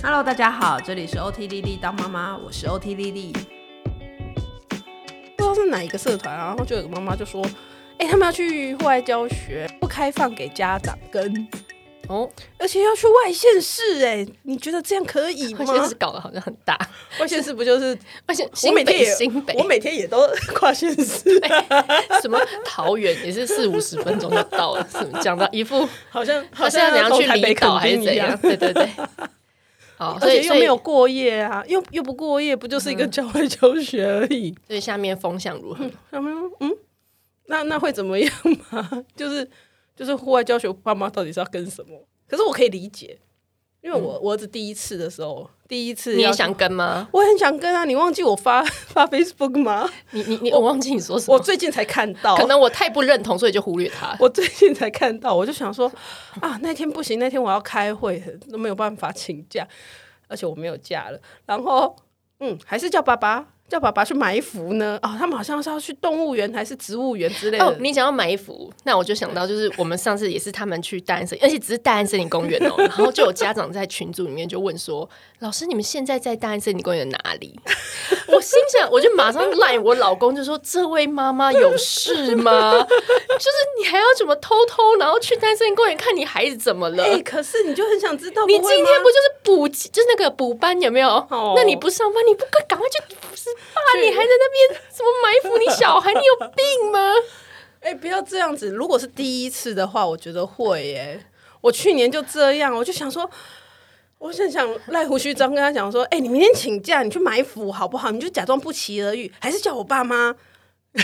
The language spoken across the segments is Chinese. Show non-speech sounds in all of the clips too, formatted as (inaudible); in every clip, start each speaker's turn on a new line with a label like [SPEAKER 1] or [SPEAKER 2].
[SPEAKER 1] Hello，大家好，这里是 OT 丽丽当妈妈，我是 OT 丽丽。
[SPEAKER 2] 不知道是哪一个社团啊，然后就有个妈妈就说：“哎、他们要去户外教学，不开放给家长跟，
[SPEAKER 3] 哦，
[SPEAKER 2] 而且要去外县市、哎，你觉得这样可以吗
[SPEAKER 3] 外？ (laughs) 县市搞得好像很大，
[SPEAKER 2] 外县市不就是
[SPEAKER 3] 外县
[SPEAKER 2] 我
[SPEAKER 3] 新
[SPEAKER 2] 每天
[SPEAKER 3] 北
[SPEAKER 2] 也
[SPEAKER 3] 新北
[SPEAKER 2] 我每天也都跨县市，
[SPEAKER 3] (laughs) 什么桃园也是四五十分钟就到了，什么讲到一副
[SPEAKER 2] 好像
[SPEAKER 3] 他
[SPEAKER 2] 好
[SPEAKER 3] 是要
[SPEAKER 2] 像
[SPEAKER 3] 怎样
[SPEAKER 2] 从
[SPEAKER 3] 去
[SPEAKER 2] 台北
[SPEAKER 3] 离
[SPEAKER 2] 垦
[SPEAKER 3] 岛还
[SPEAKER 2] 丁
[SPEAKER 3] 是怎
[SPEAKER 2] 一
[SPEAKER 3] 样？？
[SPEAKER 2] (laughs)
[SPEAKER 3] 对对对，好，
[SPEAKER 2] 而
[SPEAKER 3] 所以
[SPEAKER 2] 且又
[SPEAKER 3] 所
[SPEAKER 2] 没
[SPEAKER 3] 以
[SPEAKER 2] 有过夜啊，又又不过夜，不就是一个郊外教学而已？
[SPEAKER 3] 所以下面风向如何？
[SPEAKER 2] 他们说嗯，那那会怎么样吗？ (laughs) 就是就是户外教学，爸妈到底是要跟什么？可是我可以理解，因为我、我儿子第一次的时候，第一次
[SPEAKER 3] 嗯你
[SPEAKER 2] 要
[SPEAKER 3] 也
[SPEAKER 2] 去
[SPEAKER 3] 想跟吗？
[SPEAKER 2] 我很想跟啊，你忘记我发发 Facebook
[SPEAKER 3] (laughs)
[SPEAKER 2] 吗？
[SPEAKER 3] 你你你，我忘记你说什
[SPEAKER 2] 我
[SPEAKER 3] 么，
[SPEAKER 2] 最近才看到，
[SPEAKER 3] 可能我太不认同，所以就忽略他。
[SPEAKER 2] 我最近才看到，我就想说啊，那天不行，那天我要开会，都没有办法请假，而且我没有假了。然后嗯，还是叫爸爸叫爸爸去埋伏呢？啊，他们好像是要去动物园还是植物园之类的。
[SPEAKER 3] 哦，你讲到埋伏，那我就想到就是我们上次也是他们去大安森林，而且只是大安森林公园哦，然后就有家长在群组里面就问说：“老师，你们现在在大安森林公园哪里？” (laughs) 我心想，我就马上赖我老公，就说：“这位妈妈有事吗？ (laughs) 就是你还要怎么偷偷，然后去大安森林公园看你孩子怎么了？”
[SPEAKER 2] 哎、可是你就很想知道，
[SPEAKER 3] 你
[SPEAKER 2] 不
[SPEAKER 3] 今
[SPEAKER 2] 会
[SPEAKER 3] 天
[SPEAKER 2] 吗
[SPEAKER 3] 不就是补，就是那个补班有没有？
[SPEAKER 2] 哦
[SPEAKER 3] 那你不上班，你不赶赶快去补习吧？
[SPEAKER 2] 去
[SPEAKER 3] 你还在那边怎么埋伏你小孩？你有病吗？
[SPEAKER 2] 哎、不要这样子。如果是第一次的话，我觉得会耶、我去年就这样，我就想说，我很想赖胡须章跟他讲说，哎、你明天请假，你去埋伏好不好？你就假装不期而遇，还是叫我爸妈 (laughs)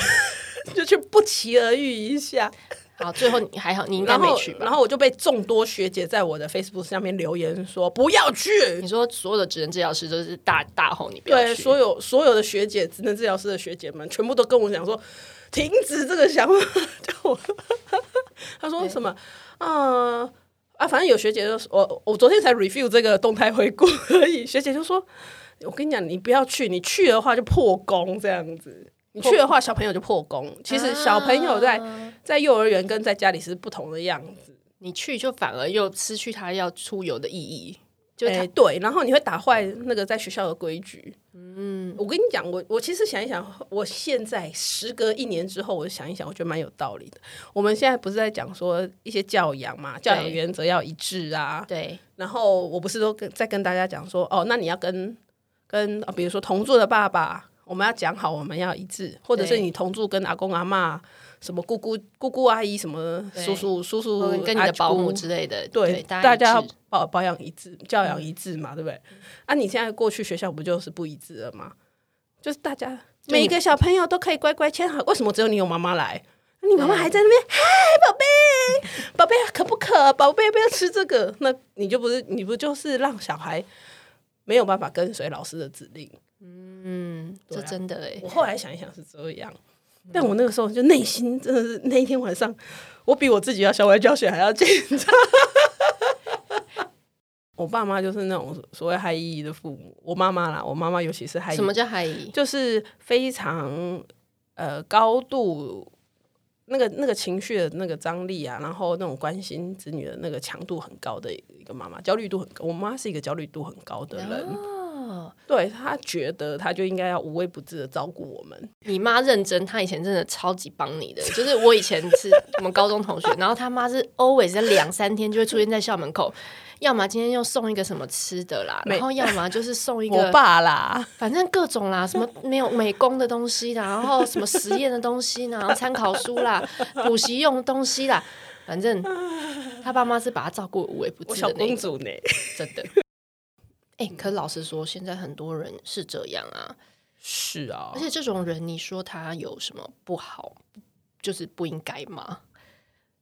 [SPEAKER 2] 就去不期而遇一下。
[SPEAKER 3] 好，最后你还好，你应该
[SPEAKER 2] 然
[SPEAKER 3] 没
[SPEAKER 2] 后
[SPEAKER 3] 去，吧？
[SPEAKER 2] 然后我就被众多学姐在我的 Facebook 上面留言说不要去。
[SPEAKER 3] 你说所有的职能治疗师都是大大吼你不要
[SPEAKER 2] 对，
[SPEAKER 3] 去，
[SPEAKER 2] 所有所有的学姐，职能治疗师的学姐们，全部都跟我讲说，停止这个想法。就我， (laughs) 他说什么？呃啊，反正有学姐就说，我我昨天才 review 这个动态回顾而已，学姐就说，我跟你讲，你不要去，你去的话就破功这样子。你去的话，小朋友就破功。其实小朋友在、
[SPEAKER 3] 啊
[SPEAKER 2] 在幼儿园跟在家里是不同的样子。
[SPEAKER 3] 你去就反而又失去他要出游的意义，就
[SPEAKER 2] 哎、
[SPEAKER 3] 他、
[SPEAKER 2] 对，然后你会打坏那个在学校的规矩。嗯，我跟你讲，我我其实想一想，我现在时隔一年之后，我想一想，我觉得蛮有道理的。我们现在不是在讲说一些教养嘛，教养
[SPEAKER 3] 对
[SPEAKER 2] 原则要一致啊。
[SPEAKER 3] 对
[SPEAKER 2] 然后我不是都跟在跟大家讲说，哦，那你要跟跟、呃比如说同住的爸爸，我们要讲好，我们要一致，或者是
[SPEAKER 3] 对
[SPEAKER 2] 你同住跟阿公阿妈、什么姑姑姑姑阿姨、什么
[SPEAKER 3] 对
[SPEAKER 2] 叔叔叔叔
[SPEAKER 3] 或者嗯跟你
[SPEAKER 2] 阿
[SPEAKER 3] 的保姆
[SPEAKER 2] 姑
[SPEAKER 3] 之类的，
[SPEAKER 2] 对，
[SPEAKER 3] 大
[SPEAKER 2] 大
[SPEAKER 3] 一致嗯
[SPEAKER 2] 家要保保养一致，教养一致嘛，对不对？啊，你现在过去学校不就是不一致了吗？就是大家
[SPEAKER 3] 就你
[SPEAKER 2] 每一个小朋友都可以乖乖签好，为什么只有你有妈妈来？你妈妈还在那边，嗨，宝贝，宝贝渴不渴？宝贝不要吃这个，那你就不是你不就是让小孩没有办法跟随老师的指令？
[SPEAKER 3] 嗯，
[SPEAKER 2] 对
[SPEAKER 3] 这
[SPEAKER 2] 啊
[SPEAKER 3] 真的哎、
[SPEAKER 2] 我后来想一想是这样，
[SPEAKER 3] 嗯
[SPEAKER 2] 但我那个时候就内心真的是那一天晚上，我比我自己要校外教学还要紧张。 (laughs) 我爸妈就是那种所谓嗨姨的父母，我妈妈啦，我妈妈尤其是嗨姨
[SPEAKER 3] 什，么叫海姨？
[SPEAKER 2] 就是非常呃高度那个那个情绪的那个张力啊，然后那种关心子女的那个强度很高的一个妈妈，焦虑度很高。我妈是一个焦虑度很高的人，
[SPEAKER 3] 哦，
[SPEAKER 2] 对她觉得她就应该要无微不至的照顾我们。
[SPEAKER 3] 你妈认真，她以前真的超级帮
[SPEAKER 2] (laughs)
[SPEAKER 3] 你的。就是我以前是我们高中同学，然后她妈是 always 在两三天就会出现在校门口，要么今天又送一个什么吃的啦，
[SPEAKER 2] 没
[SPEAKER 3] 然后要么就是送一
[SPEAKER 2] (laughs) 我
[SPEAKER 3] 个，
[SPEAKER 2] 爸啦，
[SPEAKER 3] 反正各种啦，什么没有美工的东西啦，然后什么实验的东西啦，然后参考书
[SPEAKER 2] (laughs)
[SPEAKER 3] 啦，补习用的东西啦，反正她爸妈是把她照顾得无微不
[SPEAKER 2] 我
[SPEAKER 3] 至
[SPEAKER 2] 小
[SPEAKER 3] 的那一
[SPEAKER 2] 公
[SPEAKER 3] 种，
[SPEAKER 2] 主呢？
[SPEAKER 3] 真的。哎、可老实说，现在很多人是这样啊，
[SPEAKER 2] 是啊
[SPEAKER 3] 而且这种人，你说他有什么不好，就是不应该吗？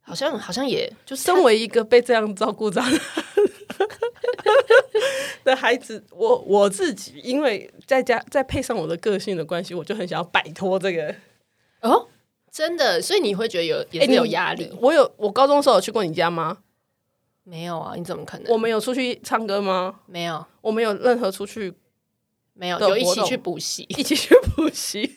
[SPEAKER 3] 好像好像也就是他
[SPEAKER 2] 嗯身为一个被这样照顾长大
[SPEAKER 3] (laughs)
[SPEAKER 2] 的孩子，我我自己因为再加再配上我的个性的关系，我就很想要摆脱这个。
[SPEAKER 3] 哦，真的，所以你会觉得有也
[SPEAKER 2] 哎
[SPEAKER 3] 是
[SPEAKER 2] 你
[SPEAKER 3] 有压力、
[SPEAKER 2] 我有，我高中的时候有去过你家吗？
[SPEAKER 3] 没有啊？你怎么可能？
[SPEAKER 2] 我们有出去唱歌吗？
[SPEAKER 3] 没有
[SPEAKER 2] 我们有任何出去
[SPEAKER 3] 没有
[SPEAKER 2] 的
[SPEAKER 3] 有一
[SPEAKER 2] 活
[SPEAKER 3] 起
[SPEAKER 2] 动 (laughs)
[SPEAKER 3] 去补习，
[SPEAKER 2] 一起去补习？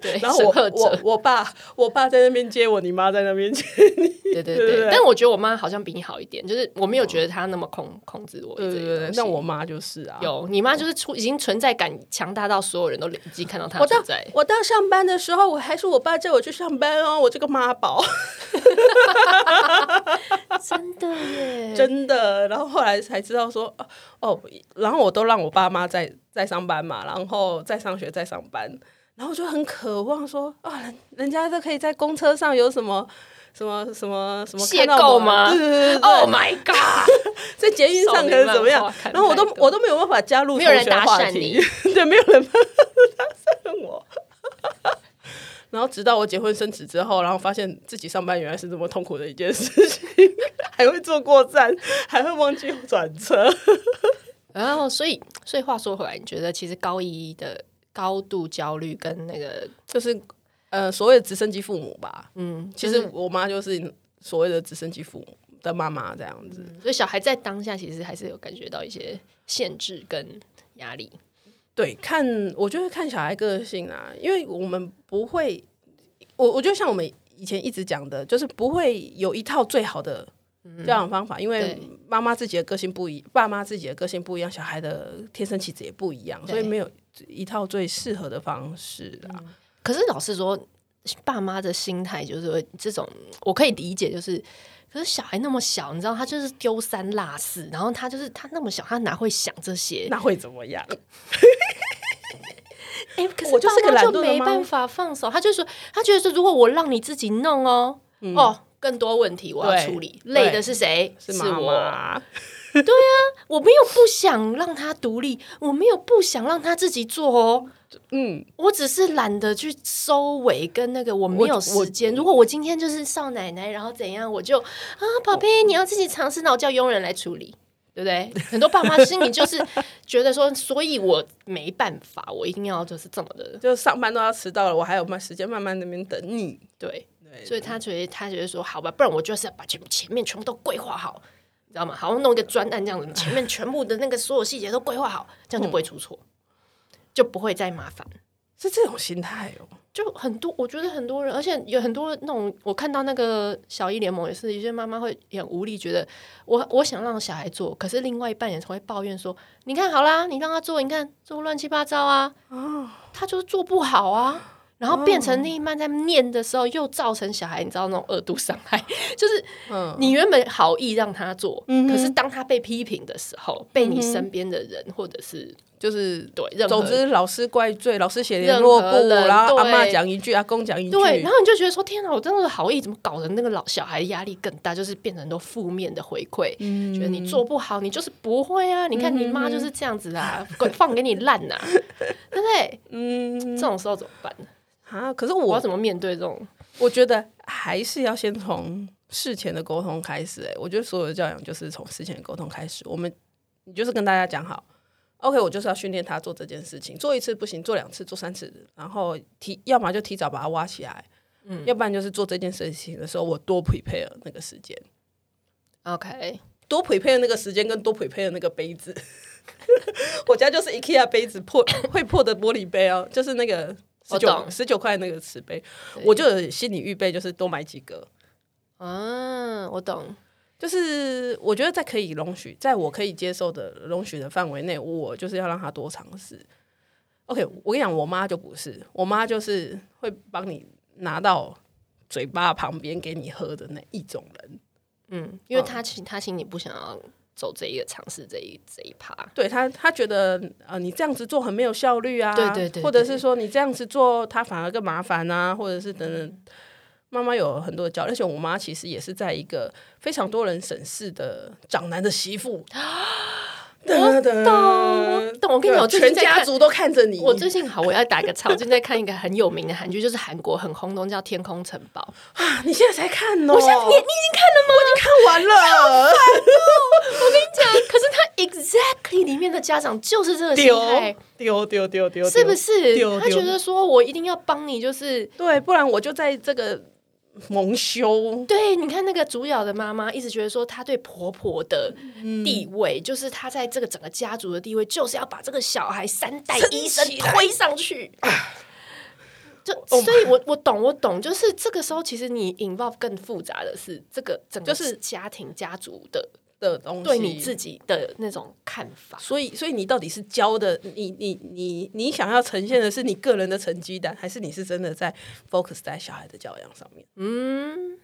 [SPEAKER 3] 对，
[SPEAKER 2] 然后我
[SPEAKER 3] 审核
[SPEAKER 2] 我
[SPEAKER 3] 哎者，
[SPEAKER 2] 我爸我爸在那边接我，你妈在那边接你。
[SPEAKER 3] 对
[SPEAKER 2] 对
[SPEAKER 3] 对
[SPEAKER 2] 对
[SPEAKER 3] 对嗯
[SPEAKER 2] 对。
[SPEAKER 3] 但我觉得我妈好像比你好一点，就是我没有觉得她那么控控制我这
[SPEAKER 2] 对
[SPEAKER 3] 些
[SPEAKER 2] 对
[SPEAKER 3] 东西。
[SPEAKER 2] 对，那我妈就是啊。
[SPEAKER 3] 有你妈嗯就是出已经存在感强大到所有人都已经看到她
[SPEAKER 2] 我
[SPEAKER 3] 的
[SPEAKER 2] 到
[SPEAKER 3] 存在。
[SPEAKER 2] 我到上班的时候，我还是我爸叫我去上班哦，我这个妈宝
[SPEAKER 3] (laughs) 真的
[SPEAKER 2] (laughs)
[SPEAKER 3] 耶，
[SPEAKER 2] 真的。然后后来才知道说，啊哦，然后我都让我爸妈在在上班嘛，然后在上学在上班，然后我就很渴望说啊，人人家都可以在公车上有什么什么什么什么
[SPEAKER 3] 邂
[SPEAKER 2] 看到我啊
[SPEAKER 3] 逅吗
[SPEAKER 2] 对对对对对
[SPEAKER 3] ！Oh my god！
[SPEAKER 2] 在捷运上可能怎么
[SPEAKER 3] 少女漫
[SPEAKER 2] 样
[SPEAKER 3] 画？看
[SPEAKER 2] 然后我都
[SPEAKER 3] 太多
[SPEAKER 2] 我都没有办法加入
[SPEAKER 3] 没有人
[SPEAKER 2] 同学话题， (laughs) 对，没有人搭讪我。 (laughs) 然后直到我结婚生子之后，然后发现自己上班原来是这么痛苦的一件事情，还会坐过站，还会忘记转车。
[SPEAKER 3] (laughs)
[SPEAKER 2] (laughs)
[SPEAKER 3] 然后，所以，所以话说回来，你觉得其实高一的高度焦虑跟那个，
[SPEAKER 2] 就是呃，所谓的直升机父母吧。
[SPEAKER 3] 嗯，
[SPEAKER 2] 其
[SPEAKER 3] 就
[SPEAKER 2] 实
[SPEAKER 3] 是
[SPEAKER 2] 我妈就是所谓的直升机父母的妈妈这样子。
[SPEAKER 3] 嗯所以小孩在当下其实还是有感觉到一些限制跟压力。
[SPEAKER 2] 对，看我觉得看小孩个性啊，因为我们不会，我我觉得像我们以前一直讲的，就是不会有一套最好的教养方法，因为
[SPEAKER 3] 嗯对
[SPEAKER 2] 妈妈自己的个性不一，爸妈自己的个性不一样，小孩的天生气质也不一样，所以
[SPEAKER 3] 对嗯
[SPEAKER 2] 没有一套最适合的方式啊。
[SPEAKER 3] 可是老实说，爸妈的心态就是会这种，我可以理解，就是。可是小孩那么小，你知道他就是丢三落四，然后他就是他那么小，他哪会想这些？
[SPEAKER 2] 那会怎么样？
[SPEAKER 3] 嗯哎、可是
[SPEAKER 2] 我就是
[SPEAKER 3] 爸妈
[SPEAKER 2] 个懒惰
[SPEAKER 3] 就
[SPEAKER 2] 的
[SPEAKER 3] 没
[SPEAKER 2] 妈
[SPEAKER 3] 办法放手，他就说，他觉得说，如果我让你自己弄哦，哦，更多问题我要
[SPEAKER 2] 对
[SPEAKER 3] 处理，
[SPEAKER 2] 对
[SPEAKER 3] 累的是谁？
[SPEAKER 2] 是妈
[SPEAKER 3] 我，
[SPEAKER 2] 妈，
[SPEAKER 3] 我没有不想让他独立，我没有不想让他自己做哦，
[SPEAKER 2] 嗯，
[SPEAKER 3] 我只是懒得去收尾跟那个我没
[SPEAKER 2] 我
[SPEAKER 3] 有
[SPEAKER 2] 我
[SPEAKER 3] 时间。如果我今天就是少奶奶，然后怎样，我就啊，宝贝，你要自己尝试，那我叫佣人来处理。对不对？很多爸妈心里就是觉得说，所以我没办法，我一定要就是这么的
[SPEAKER 2] 就上班都要迟到了，我还有慢时间慢慢那边等你。
[SPEAKER 3] 对，所以他觉得他觉得说，好吧，不然我就是要把全前面全部都规划好，你知道吗？好像弄一个专案这样子，前面全部的那个所有细节都规划好，这样就不会出错，就不会再麻烦。
[SPEAKER 2] 是这种心态哦，
[SPEAKER 3] 就很多，我觉得很多人，而且有很多那种，我看到那个小一联盟也是，有些妈妈会很无力，觉得我我想让小孩做，可是另外一半也会抱怨说，你看好啦，你让他做，你看做乱七八糟啊，他就是做不好啊，然后变
[SPEAKER 2] 嗯
[SPEAKER 3] 成另一半在念的时候，又造成小孩你知道那种二度伤害，就是
[SPEAKER 2] 嗯，
[SPEAKER 3] 你原本好意让他做，
[SPEAKER 2] 嗯哼
[SPEAKER 3] 可是当他被批评的时候，被你身边的人或者是
[SPEAKER 2] 就是
[SPEAKER 3] 对任何
[SPEAKER 2] 总之，老师怪罪，老师写联
[SPEAKER 3] 任
[SPEAKER 2] 络
[SPEAKER 3] 何
[SPEAKER 2] 簿，
[SPEAKER 3] 人
[SPEAKER 2] 然后阿
[SPEAKER 3] 对
[SPEAKER 2] 妈讲一句，阿公讲一句，
[SPEAKER 3] 对，然后你就觉得说，天哪，我真的好意怎么搞得那个老小孩压力更大，就是变成都负面的回馈，觉得
[SPEAKER 2] 嗯
[SPEAKER 3] 你做不好，你就是不会啊，你看你妈就是这样子啊，滚放给你烂呐、 (laughs) 对不对？
[SPEAKER 2] 嗯
[SPEAKER 3] 这种时候怎么办呢？
[SPEAKER 2] 啊，可是
[SPEAKER 3] 我要
[SPEAKER 2] 我
[SPEAKER 3] 怎么面对这种？
[SPEAKER 2] 我觉得还是要先从事前的沟通开始、欸。我觉得所有的教养就是从事前的沟通开始。我们你就是跟大家讲好，OK，我就是要训练他做这件事情，做一次不行，做两次，做三次，然后提，要么就提早把他挖起来，嗯，要不然就是做这件事情的时候，我多 prepare 那个时间。
[SPEAKER 3] OK，
[SPEAKER 2] 多 prepare 那个时间跟多 prepare 那个杯子。 (laughs) 我家就是 IKEA 杯子破会破的玻璃杯哦，就是那个
[SPEAKER 3] 我
[SPEAKER 2] 十九
[SPEAKER 3] 懂
[SPEAKER 2] 十九块那个瓷杯，我就有心理预备，就是多买几个。
[SPEAKER 3] 嗯、我懂，
[SPEAKER 2] 就是我觉得在可以容许，在我可以接受的容许的范围内，我就是要让他多尝试。OK，我跟你讲，我妈就不是，我妈就是会帮你拿到嘴巴旁边给你喝的那一种人。
[SPEAKER 3] 嗯，因为他其他心里不想要走这一个尝试这一这一趴，
[SPEAKER 2] 对他，他觉得呃，你这样子做很没有效率啊，
[SPEAKER 3] 对对对
[SPEAKER 2] 或者
[SPEAKER 3] 对
[SPEAKER 2] 是说你这样子做，他反而更麻烦啊，或者是等等。妈妈有很多的教，而且我妈其实也是在一个非常多人审视的长男的媳
[SPEAKER 3] (gasps)
[SPEAKER 2] 妇。我懂，
[SPEAKER 3] 我懂我跟你讲我最
[SPEAKER 2] 啊
[SPEAKER 3] 近
[SPEAKER 2] 全
[SPEAKER 3] 在看
[SPEAKER 2] 家族都看着你。
[SPEAKER 3] 我最近好，我要打个岔，我最近在看一个很有名的韩剧，就是韩国很轰动，叫《天空城堡》。
[SPEAKER 2] 啊，你现在才看哦，
[SPEAKER 3] 我现在你你已经看了吗？
[SPEAKER 2] 看完了，
[SPEAKER 3] 讲，可是他 exactly 里面的家长就是这个心
[SPEAKER 2] 丢
[SPEAKER 3] 态，
[SPEAKER 2] 丢丢丢丢，
[SPEAKER 3] 是不
[SPEAKER 2] 丢？
[SPEAKER 3] 是？
[SPEAKER 2] 丢
[SPEAKER 3] 他觉得说我一定要帮你，就是
[SPEAKER 2] 对，不然我就在这个蒙羞。
[SPEAKER 3] 对。你看那个主角的妈妈一直觉得说，她对婆婆的
[SPEAKER 2] 嗯
[SPEAKER 3] 地位，就是她在这个整个家族的地位，就是要把这个小孩三代医生推上去。
[SPEAKER 2] (sighs)
[SPEAKER 3] 就
[SPEAKER 2] Oh
[SPEAKER 3] 所以我，我懂，我懂，就是这个时候，其实你 involve 更复杂的是这个整个
[SPEAKER 2] 就是
[SPEAKER 3] 家庭家族的
[SPEAKER 2] 的东西，
[SPEAKER 3] 对你自己的那种看法。
[SPEAKER 2] 所以，所以你到底是教的，你你你你想要呈现的是你个人的成绩单，还是你是真的在 focus 在小孩的教养上面？
[SPEAKER 3] 嗯，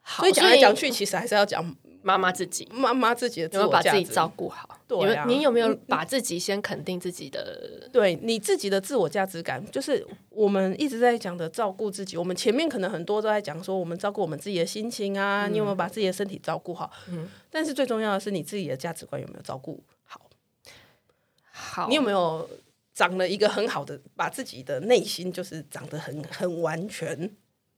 [SPEAKER 3] 好
[SPEAKER 2] 所以讲来讲去，其实还是要讲
[SPEAKER 3] 妈妈自己
[SPEAKER 2] 妈妈自己的
[SPEAKER 3] 有
[SPEAKER 2] 自
[SPEAKER 3] 没有
[SPEAKER 2] 我
[SPEAKER 3] 把
[SPEAKER 2] 价
[SPEAKER 3] 自
[SPEAKER 2] 值。
[SPEAKER 3] 己照顾好？
[SPEAKER 2] 对啊
[SPEAKER 3] 有没有你有没有把自己先肯定自己的？
[SPEAKER 2] 对你自己的自我价值感，就是我们一直在讲的照顾自己。我们前面可能很多都在讲说，我们照顾我们自己的心情啊，
[SPEAKER 3] 嗯
[SPEAKER 2] 你有没有把自己的身体照顾好？但是最重要的是你自己的价值观有没有照顾好？
[SPEAKER 3] 好，
[SPEAKER 2] 你有没有长了一个很好的，把自己的内心就是长得很很完全？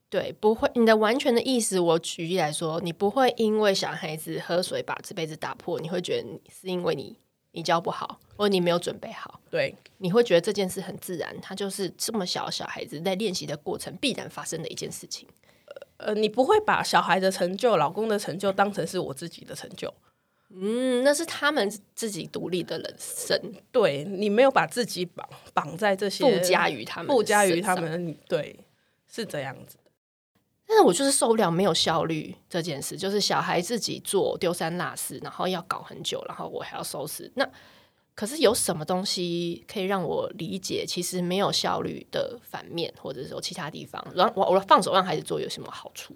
[SPEAKER 3] 对，不会，你的完全的意思，我举例来说，你不会因为小孩子喝水把这杯子打破，你会觉得你是因为你你教不好，或你没有准备好，
[SPEAKER 2] 对，
[SPEAKER 3] 你会觉得这件事很自然，它就是这么小的小孩子在练习的过程必然发生的一件事情。
[SPEAKER 2] 呃，你不会把小孩的成就、老公的成就当成是我自己的成就。
[SPEAKER 3] 嗯，那是他们自己独立的人生，
[SPEAKER 2] 对你没有把自己绑绑在这些
[SPEAKER 3] 附加于他们，
[SPEAKER 2] 附加于他。们，你对，是这样子。
[SPEAKER 3] 但是我就是受不了没有效率这件事，就是小孩自己做丢三落四，然后要搞很久，然后我还要收拾。那可是有什么东西可以让我理解，其实没有效率的反面，或者说其他地方，然后我我放手让孩子做有什么好处？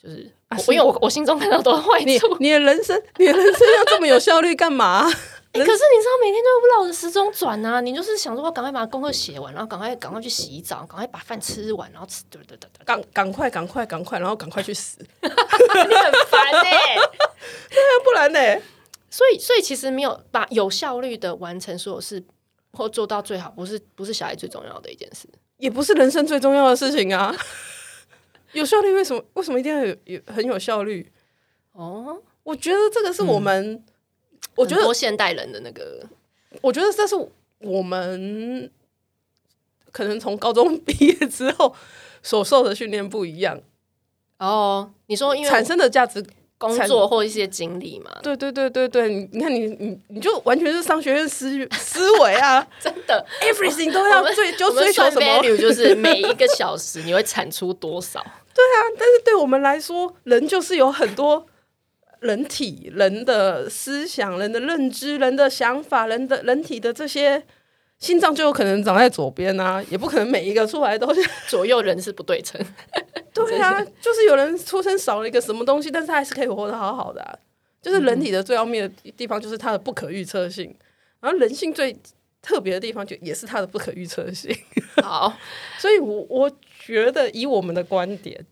[SPEAKER 3] 就是、
[SPEAKER 2] 啊
[SPEAKER 3] 我
[SPEAKER 2] 是
[SPEAKER 3] 因为我我心中看到都是坏
[SPEAKER 2] 你
[SPEAKER 3] 处，
[SPEAKER 2] 你的人生，你的人生要这么有效率干嘛？啊
[SPEAKER 3] 欸可是你知道，每天都绕着时钟转啊！你就是想说，我赶快把功课写完，然后赶快赶快去洗澡，赶快把饭吃完，然后吃，对对对对，
[SPEAKER 2] 赶赶快赶快赶快，然后赶快去死，
[SPEAKER 3] 你很烦哎、
[SPEAKER 2] 那不然呢？
[SPEAKER 3] 所以，所以其实没有把有效率的完成所有事或做到最好，不是不是小孩最重要的一件事。
[SPEAKER 2] 也不是人生最重要的事情啊。有效率为什么？为什么一定要有有很有效率？
[SPEAKER 3] 哦，
[SPEAKER 2] 我觉得这个是
[SPEAKER 3] 嗯
[SPEAKER 2] 我们，我觉得
[SPEAKER 3] 很多现代人的那个，
[SPEAKER 2] 我觉得这是我们可能从高中毕业之后所受的训练不一样，
[SPEAKER 3] 哦，你说因
[SPEAKER 2] 产
[SPEAKER 3] 为
[SPEAKER 2] 生的价值。
[SPEAKER 3] 工作或一些经历嘛，
[SPEAKER 2] 对对对对对，你你看你你你就完全是商学院思 (laughs) 思维啊
[SPEAKER 3] 真 (laughs) 的，
[SPEAKER 2] (laughs) ，everything 都要追就
[SPEAKER 3] 我们
[SPEAKER 2] 追求
[SPEAKER 3] 算
[SPEAKER 2] 什么？
[SPEAKER 3] value 就是每一个小时你会产出多少？ (laughs)
[SPEAKER 2] 但 (laughs) 是对我们来说，人就是有很多人体、人的思想、人的认知、人的想法、人的人体的这些心脏就有可能长在左边啊，也不可能每一个出来都是
[SPEAKER 3] 左右人是不对 (laughs) 称。
[SPEAKER 2] 对啊，就是有人出生少了一个什么东西，但是他还是可以活得好好的、啊。就是人体的最奥秘的地方，就是它的不可预测性。然后人性最特别的地方，就也是它的不可预测性。 (laughs)
[SPEAKER 3] 好，
[SPEAKER 2] 所以我，我觉得以我们的观点，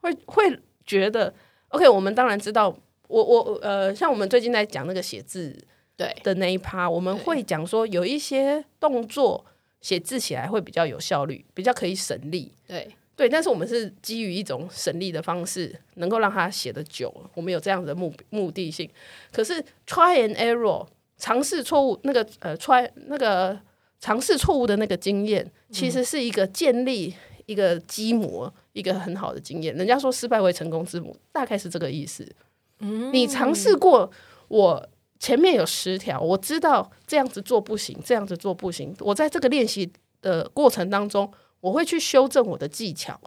[SPEAKER 2] 会会觉得，OK，我们当然知道，我我呃，像我们最近在讲那个写字
[SPEAKER 3] 对，
[SPEAKER 2] 的那一趴，我们
[SPEAKER 3] 对
[SPEAKER 2] 会讲说有一些动作写字起来会比较有效率，比较可以省力。
[SPEAKER 3] 对，
[SPEAKER 2] 对，但是我们是基于一种省力的方式，能够让它写得久，我们有这样的目目的性。可是 try and error 尝试错误那个呃 try 那个尝试错误的那个经验，其实是一个建立一个基模，一个很好的经验。人家说失败为成功之母，大概是这个意思。嗯，你尝试过我。前面有十条，我知道这样子做不行，这样子做不行。我在这个练习的过程当中，我会去修正我的技巧。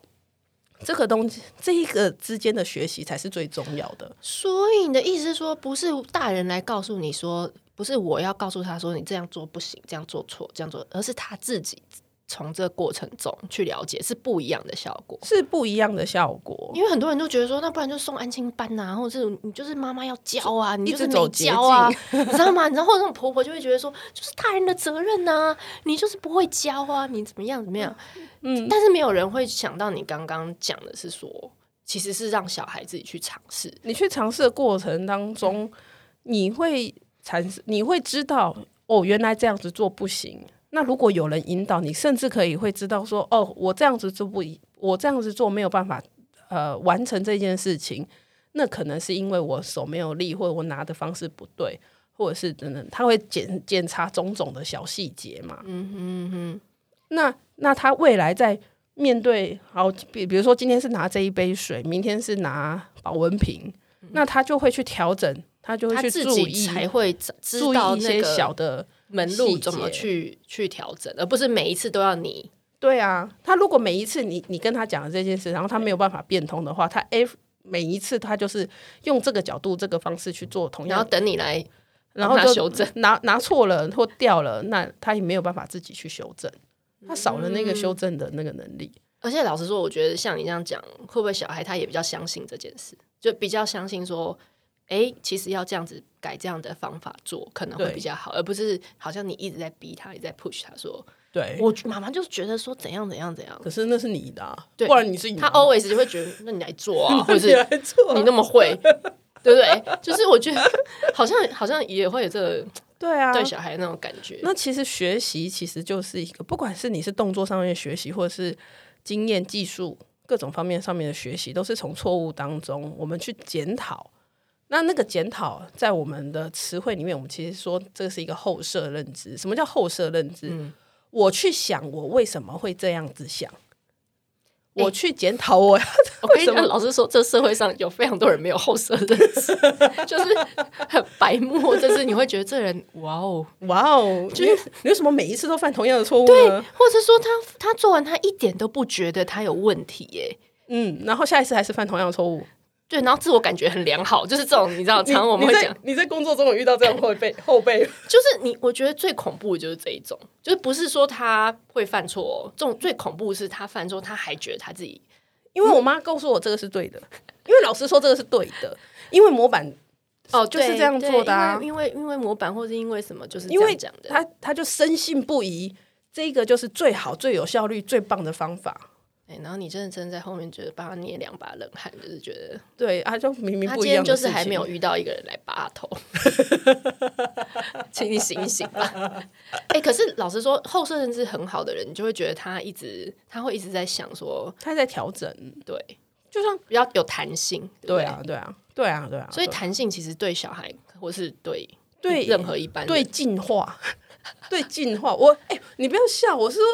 [SPEAKER 2] 这个东西，这一个之间的学习才是最重要的。
[SPEAKER 3] 所以你的意思是说，不是大人来告诉你说，不是我要告诉他说你这样做不行，这样做错，这样做，而是他自己从这个过程中去了解是不一样的效果。
[SPEAKER 2] 是不一样的效果。
[SPEAKER 3] 因为很多人都觉得说，那不然就送安亲班呐、或者是你就是妈妈要教啊，你
[SPEAKER 2] 一
[SPEAKER 3] 就
[SPEAKER 2] 直
[SPEAKER 3] 是
[SPEAKER 2] 走
[SPEAKER 3] 没
[SPEAKER 2] 捷
[SPEAKER 3] 教啊， (laughs) 你知道吗？你知道，或者那种婆婆就会觉得说，就是大人的责任呐、你就是不会教啊，你怎么样怎么样？嗯，但是没有人会想到你刚刚讲的是说，其实是让小孩自己去尝试。
[SPEAKER 2] 你去尝试的过程当中，你会产生，你会知道哦，原来这样子做不行。那如果有人引导你，甚至可以会知道说，哦，我这样子做不一，我这样子做没有办法，呃，完成这件事情。那可能是因为我手没有力，或者我拿的方式不对，或者是等等，他会检检查种种的小细节嘛。嗯哼哼。那那他未来在面对好，比比如说今天是拿这一杯水，明天是拿保温瓶，那他就会去调整他就
[SPEAKER 3] 他
[SPEAKER 2] 会去
[SPEAKER 3] 自
[SPEAKER 2] 注
[SPEAKER 3] 己
[SPEAKER 2] 意
[SPEAKER 3] 才会知
[SPEAKER 2] 注
[SPEAKER 3] 知
[SPEAKER 2] 意
[SPEAKER 3] 道
[SPEAKER 2] 一
[SPEAKER 3] 那
[SPEAKER 2] 些
[SPEAKER 3] 个
[SPEAKER 2] 小的
[SPEAKER 3] 门路
[SPEAKER 2] 细
[SPEAKER 3] 怎么
[SPEAKER 2] 节
[SPEAKER 3] 去去调整，而不是每一次都要你
[SPEAKER 2] 对啊，他如果每一次你你跟他讲了这件事，然后他没有办法变通的话，他 every 每一次他就是用这个角度、这个方式去做同
[SPEAKER 3] 然
[SPEAKER 2] 样
[SPEAKER 3] 后
[SPEAKER 2] 的，
[SPEAKER 3] 等你来
[SPEAKER 2] 然后
[SPEAKER 3] 拿
[SPEAKER 2] 就
[SPEAKER 3] 修正
[SPEAKER 2] 拿拿错了或掉了，那他也没有办法自己去修正，他少了那个修正的那个能力。
[SPEAKER 3] 而且老实说，我觉得像你这样讲，会不会小孩他也比较相信这件事，就比较相信说，诶，其实要这样子改这样的方法做，可能会
[SPEAKER 2] 对
[SPEAKER 3] 比较好，而不是好像你一直在逼他，一直在 push 他说，
[SPEAKER 2] 对
[SPEAKER 3] 我妈妈就觉得说怎样怎样怎样，
[SPEAKER 2] 可是那是你的啊、
[SPEAKER 3] 对
[SPEAKER 2] 不然你是你
[SPEAKER 3] 他
[SPEAKER 2] 哦，
[SPEAKER 3] always 就会觉得那你来
[SPEAKER 2] (laughs)
[SPEAKER 3] 做啊，或
[SPEAKER 2] 你
[SPEAKER 3] 者是
[SPEAKER 2] 来做啊
[SPEAKER 3] 你那么会，对不对？就是我觉得 (laughs) 好像好像也会有这个
[SPEAKER 2] 对啊，
[SPEAKER 3] 对小孩那种感觉，
[SPEAKER 2] 那其实学习其实就是一个，不管是你是动作上面的学习，或者是经验、技术各种方面上面的学习，都是从错误当中我们去检讨。那那个检讨，在我们的词汇里面，我们其实说这是一个后设认知。什么叫后设认知？我去想我为什么会这样子想，我去检讨我
[SPEAKER 3] 我跟你讲，老实说，这社会上有非常多人没有后设认 (laughs) 知，就是很白目，就是你会觉得这人哇哦，
[SPEAKER 2] (laughs) 哇哦， (laughs) 就是你为什么每一次都犯同样的错误呢？
[SPEAKER 3] 或者说他他做完他一点都不觉得他有问题耶。
[SPEAKER 2] 嗯，然后下一次还是犯同样的错误。
[SPEAKER 3] 对，然后自我感觉很良好，就是这种，你知道，
[SPEAKER 2] 你
[SPEAKER 3] 常常我们会
[SPEAKER 2] 你在
[SPEAKER 3] 讲，
[SPEAKER 2] 你在工作中有遇到这样后辈后辈
[SPEAKER 3] 就是你，我觉得最恐怖的就是这一种，就是不是说他会犯错、哦，这种最恐怖的是他犯错，他还觉得他自己
[SPEAKER 2] 因为
[SPEAKER 3] 嗯
[SPEAKER 2] 我妈告诉我这个是对的，因为老师说这个是对的，因为模板，
[SPEAKER 3] 哦
[SPEAKER 2] 就是这样做的啊
[SPEAKER 3] 因为因为因为模板或是因为什么，就是这
[SPEAKER 2] 因为
[SPEAKER 3] 样讲的，
[SPEAKER 2] 她她就深信不疑，这个就是最好、最有效率、最棒的方法。
[SPEAKER 3] 哎，然后你真的真的在后面觉得帮他捏两把冷汗，就是觉得。
[SPEAKER 2] 对，啊，就明明
[SPEAKER 3] 他
[SPEAKER 2] 不
[SPEAKER 3] 今
[SPEAKER 2] 一样
[SPEAKER 3] 天
[SPEAKER 2] 的
[SPEAKER 3] 就是
[SPEAKER 2] 事情
[SPEAKER 3] 还没有遇到一个人来拔他头，请你醒一醒
[SPEAKER 2] (laughs)
[SPEAKER 3] 吧。哎、可是老实说，后摄认知很好的人，你就会觉得他一直他会一直在想说，
[SPEAKER 2] 她在调整，
[SPEAKER 3] 对，
[SPEAKER 2] 就像
[SPEAKER 3] 比较有弹性，对不
[SPEAKER 2] 对啊，对啊，对啊，对啊，
[SPEAKER 3] 对所以
[SPEAKER 2] 对
[SPEAKER 3] 弹性其实对小孩或是对
[SPEAKER 2] 对
[SPEAKER 3] 任何一般人
[SPEAKER 2] 啊对进化，对进化，我哎、你不要笑，我是说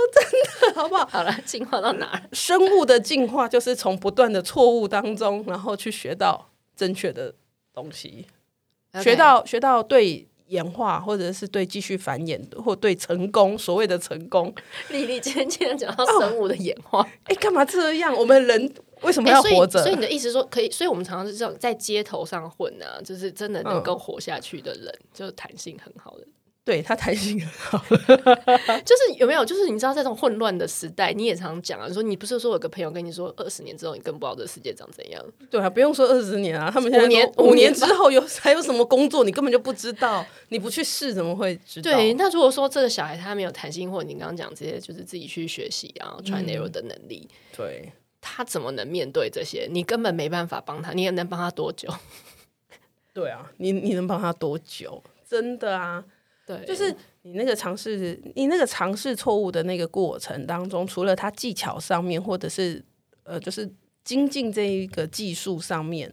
[SPEAKER 2] 真的，好不好？
[SPEAKER 3] 好了，进化到哪儿？
[SPEAKER 2] 生物的进化就是从不断的错误当中，然后去学到正确的东西。学
[SPEAKER 3] OK
[SPEAKER 2] 到学到对演化，或者是对继续繁衍，或对成功所谓的成功，
[SPEAKER 3] 丽丽今天今天讲到生物的演化，
[SPEAKER 2] 哎，干嘛这样？我们人为什么要
[SPEAKER 3] 哎所以
[SPEAKER 2] 活着？
[SPEAKER 3] 所以你的意思说可以？所以我们常常是这种在街头上混啊，就是真的
[SPEAKER 2] 嗯
[SPEAKER 3] 能够活下去的人，就是弹性很好的
[SPEAKER 2] 对他弹性很好，
[SPEAKER 3] 就是有没有？就是你知道，在这种混乱的时代，你也常讲啊，说你不是说有个朋友跟你说，二十年之后你更不知道这世界长怎样。
[SPEAKER 2] 对啊，不用说二十年啊，他们现在
[SPEAKER 3] 五年
[SPEAKER 2] 都五
[SPEAKER 3] 五年
[SPEAKER 2] 年
[SPEAKER 3] 吧
[SPEAKER 2] 之后有还有什么工作，你根本就不知道，你不去试怎么会知道？
[SPEAKER 3] 对，那如果说这个小孩他没有弹性，或者你刚刚讲这些，就是自己去学习然后传
[SPEAKER 2] 嗯
[SPEAKER 3] error 的能力，
[SPEAKER 2] 对，
[SPEAKER 3] 他怎么能面对这些？你根本没办法帮他，你也能帮他多久？ (laughs)
[SPEAKER 2] 对啊，你你能帮他多久？真的啊，
[SPEAKER 3] 对，
[SPEAKER 2] 就是你那个尝试，你那个尝试错误的那个过程当中，除了他技巧上面，或者是呃，就是精进这一个技术上面，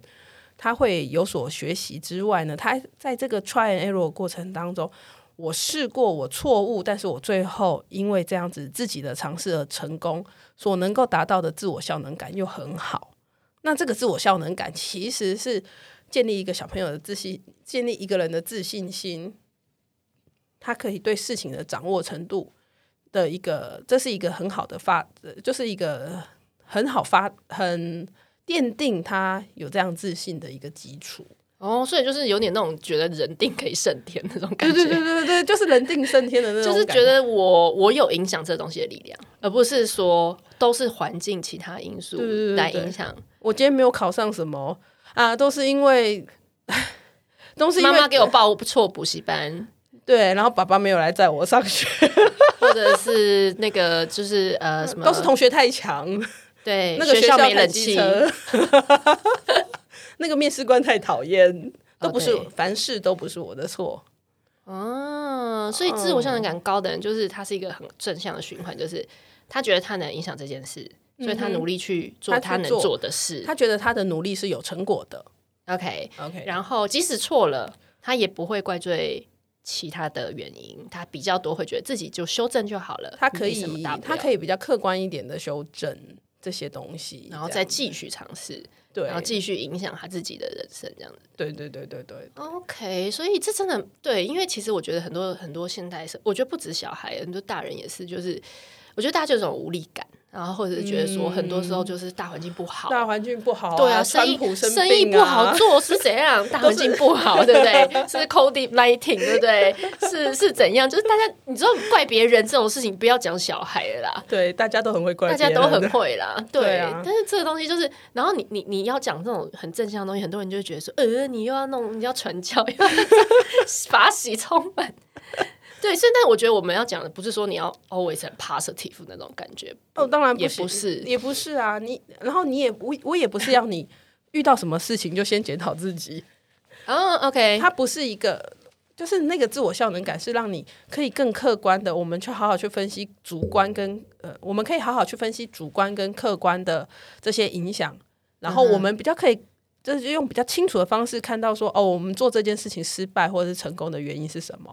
[SPEAKER 2] 他会有所学习之外呢，他在这个 try and error 过程当中，我试过我错误，但是我最后因为这样子自己的尝试而成功，所能够达到的自我效能感又很好。那这个自我效能感其实是建立一个小朋友的自信，建立一个人的自信心，他可以对事情的掌握程度的一个，这是一个很好的发，呃就是一个很好发，很奠定他有这样自信的一个基础。
[SPEAKER 3] 哦，所以就是有点那种觉得人定可以胜天那种感
[SPEAKER 2] 对
[SPEAKER 3] 觉。
[SPEAKER 2] 对， (laughs) 就是人定胜天的那
[SPEAKER 3] 就是觉得我我有影响这东西的力量，而不是说都是环境其他因素
[SPEAKER 2] 对对对
[SPEAKER 3] 来
[SPEAKER 2] 对
[SPEAKER 3] 影响。
[SPEAKER 2] 我今天没有考上什么啊，都是因为。都是因
[SPEAKER 3] 妈
[SPEAKER 2] 为
[SPEAKER 3] 妈给我报错补习班，
[SPEAKER 2] 对，然后爸爸没有来载我上学，
[SPEAKER 3] 或者是那个就是呃什么，
[SPEAKER 2] 都是同学太强，
[SPEAKER 3] 对
[SPEAKER 2] 那个
[SPEAKER 3] 学
[SPEAKER 2] 校太
[SPEAKER 3] 没冷
[SPEAKER 2] 机
[SPEAKER 3] 气，
[SPEAKER 2] 车， (laughs) 那个面试官太讨厌，
[SPEAKER 3] 哦
[SPEAKER 2] 都不是、
[SPEAKER 3] 对
[SPEAKER 2] 凡事都不是我的错。
[SPEAKER 3] 哦，所以自我效能感高的人，就是他是一个很正向的循环，就是他觉得他能影响这件事，所以他努力去做
[SPEAKER 2] 嗯他去
[SPEAKER 3] 他能
[SPEAKER 2] 做
[SPEAKER 3] 做的事。
[SPEAKER 2] 他觉得他的努力是有成果的。
[SPEAKER 3] OK，
[SPEAKER 2] OK，
[SPEAKER 3] 然后即使错了，他也不会怪罪。其他的原因，他比较多会觉得自己就修正就好了，
[SPEAKER 2] 他可
[SPEAKER 3] 没
[SPEAKER 2] 以
[SPEAKER 3] 什么大，不
[SPEAKER 2] 他
[SPEAKER 3] 了
[SPEAKER 2] 可以比较客观一点的修正这些东西，
[SPEAKER 3] 然后
[SPEAKER 2] 这
[SPEAKER 3] 再
[SPEAKER 2] 样
[SPEAKER 3] 继续尝试。
[SPEAKER 2] 对
[SPEAKER 3] 然后继续影响他自己的人生这样子。
[SPEAKER 2] 对对对对对，
[SPEAKER 3] OK，所以这真的对，因为其实我觉得很多很多现代社，我觉得不止小孩，很多大人也是，就是我觉得大家就有种无力感，然后或者是觉得说，很多时候就是大环境不好。
[SPEAKER 2] 大环境不好、
[SPEAKER 3] 对啊，生
[SPEAKER 2] 川
[SPEAKER 3] 意、
[SPEAKER 2] 普生
[SPEAKER 3] 生意
[SPEAKER 2] 病
[SPEAKER 3] 不好
[SPEAKER 2] 啊，
[SPEAKER 3] 做是怎样？大环境不好，对不对？ (laughs) 是 COVID nineteen，对不对？是是怎样？就是大家，你知道怪别人这种事情，不要讲小孩了啦。
[SPEAKER 2] (laughs) 对，大家都很会怪
[SPEAKER 3] 大
[SPEAKER 2] 别
[SPEAKER 3] 家
[SPEAKER 2] 人，
[SPEAKER 3] 都很会啦，对。
[SPEAKER 2] 对啊
[SPEAKER 3] 但是这个东西就是，然后你你你要讲这种很正向的东西，很多人就会觉得说，呃，你又要弄，你要传教， (laughs) 又要法喜充满。对，所以但我觉得我们要讲的不是说你要 always 很 positive 那种感觉，
[SPEAKER 2] 哦，当然
[SPEAKER 3] 也
[SPEAKER 2] 行
[SPEAKER 3] 不是
[SPEAKER 2] 也不是啊。你然后你也我我也不是要你遇到什么事情就先检讨自己，
[SPEAKER 3] 嗯、o k
[SPEAKER 2] 它不是一个。就是那个自我效能感，是让你可以更客观的，我们去好好去分析主观跟呃，我们可以好好去分析主观跟客观的这些影响，然后
[SPEAKER 3] 嗯哼
[SPEAKER 2] 我们比较可以，就是用比较清楚的方式看到说，哦，我们做这件事情失败或者是成功的原因是什么，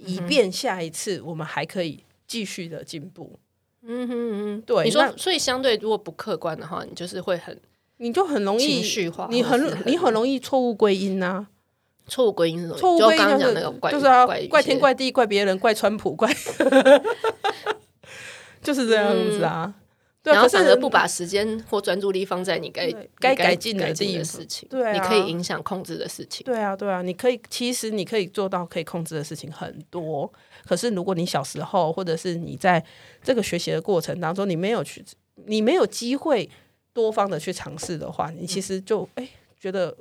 [SPEAKER 3] 嗯
[SPEAKER 2] 以便下一次我们还可以继续的进步。
[SPEAKER 3] 嗯哼嗯哼，
[SPEAKER 2] 对
[SPEAKER 3] 你说
[SPEAKER 2] 那，
[SPEAKER 3] 所以相对如果不客观的话，你就是会很
[SPEAKER 2] 你就很容易
[SPEAKER 3] 情绪化
[SPEAKER 2] 你
[SPEAKER 3] 或者是
[SPEAKER 2] 很
[SPEAKER 3] 很
[SPEAKER 2] 你很容易错误归因啊呐、
[SPEAKER 3] 错误归因是什么？
[SPEAKER 2] 错误
[SPEAKER 3] 就
[SPEAKER 2] 归因
[SPEAKER 3] 刚刚
[SPEAKER 2] 就是
[SPEAKER 3] 讲那个怪
[SPEAKER 2] 就是要
[SPEAKER 3] 怪
[SPEAKER 2] 怪
[SPEAKER 3] 怪
[SPEAKER 2] 天怪地、怪别人、怪川普、怪， (laughs) 就是这样子啊。对啊，
[SPEAKER 3] 嗯然后
[SPEAKER 2] 可
[SPEAKER 3] 反
[SPEAKER 2] 是
[SPEAKER 3] 而不把时间或专注力放在你该
[SPEAKER 2] 对
[SPEAKER 3] 你
[SPEAKER 2] 该改
[SPEAKER 3] 改
[SPEAKER 2] 进的
[SPEAKER 3] 改进
[SPEAKER 2] 地
[SPEAKER 3] 的
[SPEAKER 2] 方
[SPEAKER 3] 事情，
[SPEAKER 2] 对啊
[SPEAKER 3] 你可以影响控制的事情。
[SPEAKER 2] 对啊，对啊，你可以，其实你可以做到可以控制的事情很多。可是如果你小时候，或者是你在这个学习的过程当中，你没有去，你没有机会多方的去尝试的话，你其实就哎、觉得。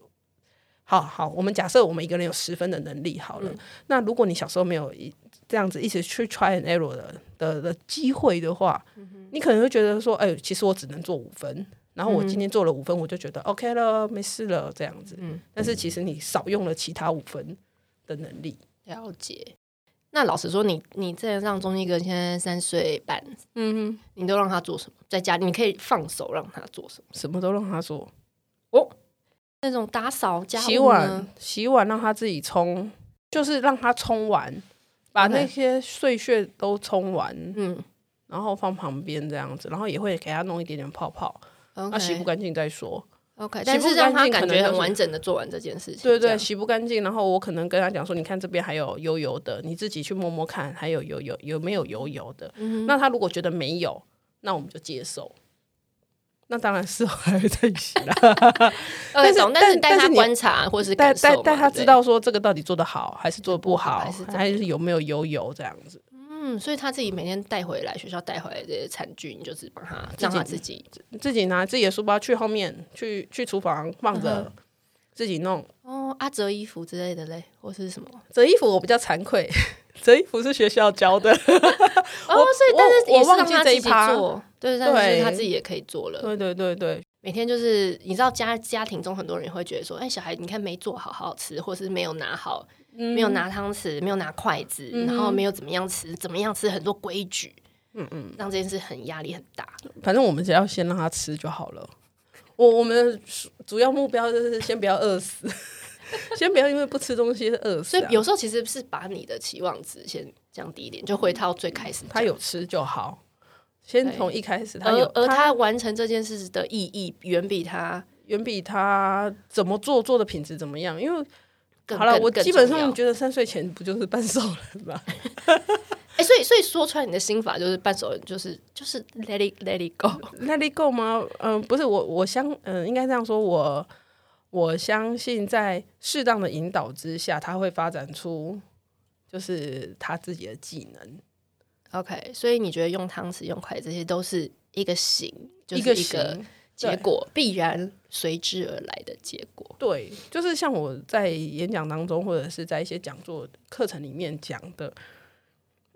[SPEAKER 2] 好好，我们假设我们一个人有十分的能力好了，那如果你小时候没有一这样子一直去 try and error 的的的机会的话，你可能会觉得说，哎、其实我只能做五分，然后我今天做了五分，我就觉得 OK 了，没事了这样子。但是其实你少用了其他五分的能力。
[SPEAKER 3] 了解。那老实说你，你这让中一哥现在三岁半，
[SPEAKER 2] 嗯哼，
[SPEAKER 3] 你都让他做什么？在家里你可以放手让他做什么？
[SPEAKER 2] 什么都让他做，
[SPEAKER 3] 那种打扫家务呢
[SPEAKER 2] 洗碗，洗碗让他自己冲，就是让他冲完，把那
[SPEAKER 3] OK
[SPEAKER 2] 些碎屑都冲完
[SPEAKER 3] 嗯，
[SPEAKER 2] 然后放旁边这样子，然后也会给他弄一点点泡泡，那、
[SPEAKER 3] o
[SPEAKER 2] 啊洗不
[SPEAKER 3] k
[SPEAKER 2] 干净再说。
[SPEAKER 3] OK，
[SPEAKER 2] 洗
[SPEAKER 3] 但
[SPEAKER 2] 不
[SPEAKER 3] 是
[SPEAKER 2] 干
[SPEAKER 3] 让他
[SPEAKER 2] 净可
[SPEAKER 3] 感
[SPEAKER 2] 能
[SPEAKER 3] 觉
[SPEAKER 2] 就
[SPEAKER 3] 很
[SPEAKER 2] 是
[SPEAKER 3] 完整的做完这件事情。
[SPEAKER 2] 对
[SPEAKER 3] 这
[SPEAKER 2] 对，
[SPEAKER 3] 样
[SPEAKER 2] 洗不干净，然后我可能跟他讲说，你看这边还有油油的，你自己去摸摸看，还有油油有没有油油的。
[SPEAKER 3] 嗯
[SPEAKER 2] 那他如果觉得没有，那我们就接受。那当然是还会再洗啦，但
[SPEAKER 3] ，OK，
[SPEAKER 2] 是
[SPEAKER 3] 懂。但
[SPEAKER 2] 但
[SPEAKER 3] 带
[SPEAKER 2] 但是
[SPEAKER 3] 他
[SPEAKER 2] 你
[SPEAKER 3] 观察或是
[SPEAKER 2] 带
[SPEAKER 3] 感受
[SPEAKER 2] 带
[SPEAKER 3] 嘛
[SPEAKER 2] 带他
[SPEAKER 3] 对不
[SPEAKER 2] 知
[SPEAKER 3] 对
[SPEAKER 2] 道说这个到底做的好还是做的不好，
[SPEAKER 3] 还是怎么
[SPEAKER 2] 还是有没有油油这样子。
[SPEAKER 3] 嗯，所以他自己每天带回来学校带回来这些餐具，你就是帮他让他自己
[SPEAKER 2] 自己拿自己的书包去后面去去厨房放
[SPEAKER 3] 嗯
[SPEAKER 2] 着，自己弄。
[SPEAKER 3] 哦，阿折衣服之类的嘞，或是什么？哦
[SPEAKER 2] 折衣服我比较惭愧，折衣服是学校教
[SPEAKER 3] (laughs)
[SPEAKER 2] 的。
[SPEAKER 3] 哦，所以但是
[SPEAKER 2] 我
[SPEAKER 3] 也是
[SPEAKER 2] 忘
[SPEAKER 3] 让
[SPEAKER 2] 记
[SPEAKER 3] 他
[SPEAKER 2] 这
[SPEAKER 3] 自
[SPEAKER 2] 一
[SPEAKER 3] 己
[SPEAKER 2] 趴
[SPEAKER 3] 做，对，但
[SPEAKER 2] 对
[SPEAKER 3] 是他自己也可以做了。
[SPEAKER 2] 对对对对，
[SPEAKER 3] 每天就是你知道家家庭中很多人也会觉得说，哎、小孩你看没做好好好吃，或是没有拿好，没有拿
[SPEAKER 2] 嗯
[SPEAKER 3] 汤匙，没有拿筷子，然后没有怎么样吃，怎么样吃很多规矩，嗯嗯，让这件事很压力很大。
[SPEAKER 2] 反正我们只要先让他吃就好了。我我们的主主要目标就是先不要饿死， (laughs) 先不要因为不吃东西饿死
[SPEAKER 3] 所
[SPEAKER 2] 啊、
[SPEAKER 3] 以有时候其实是把你的期望值先降低一点，就回到最开始讲。
[SPEAKER 2] 他有吃就好，先从一开始他
[SPEAKER 3] 而
[SPEAKER 2] 有，
[SPEAKER 3] 而
[SPEAKER 2] 他
[SPEAKER 3] 他完成这件事的意义远比他
[SPEAKER 2] 远比他怎么做做的品质怎么样，因为
[SPEAKER 3] 更
[SPEAKER 2] 好了，
[SPEAKER 3] 更
[SPEAKER 2] 我
[SPEAKER 3] 更
[SPEAKER 2] 基本
[SPEAKER 3] 重要
[SPEAKER 2] 上觉得三岁前不就是半兽人
[SPEAKER 3] (laughs)
[SPEAKER 2] 吗？
[SPEAKER 3] 哎、所以所以说出来你的心法就是半熟人，就是就是 let it let it go。
[SPEAKER 2] Let it go 吗？嗯、不是我，我相嗯、应该这样说，我我相信在适当的引导之下，他会发展出就是他自己的技能，
[SPEAKER 3] (laughs) OK，所以你觉得用汤匙、用筷子这些都是一个行，就是
[SPEAKER 2] 个
[SPEAKER 3] 一个
[SPEAKER 2] 型
[SPEAKER 3] 结果必然随之而来的结果。
[SPEAKER 2] 对，就是像我在演讲当中，或者是在一些讲座课程里面讲的，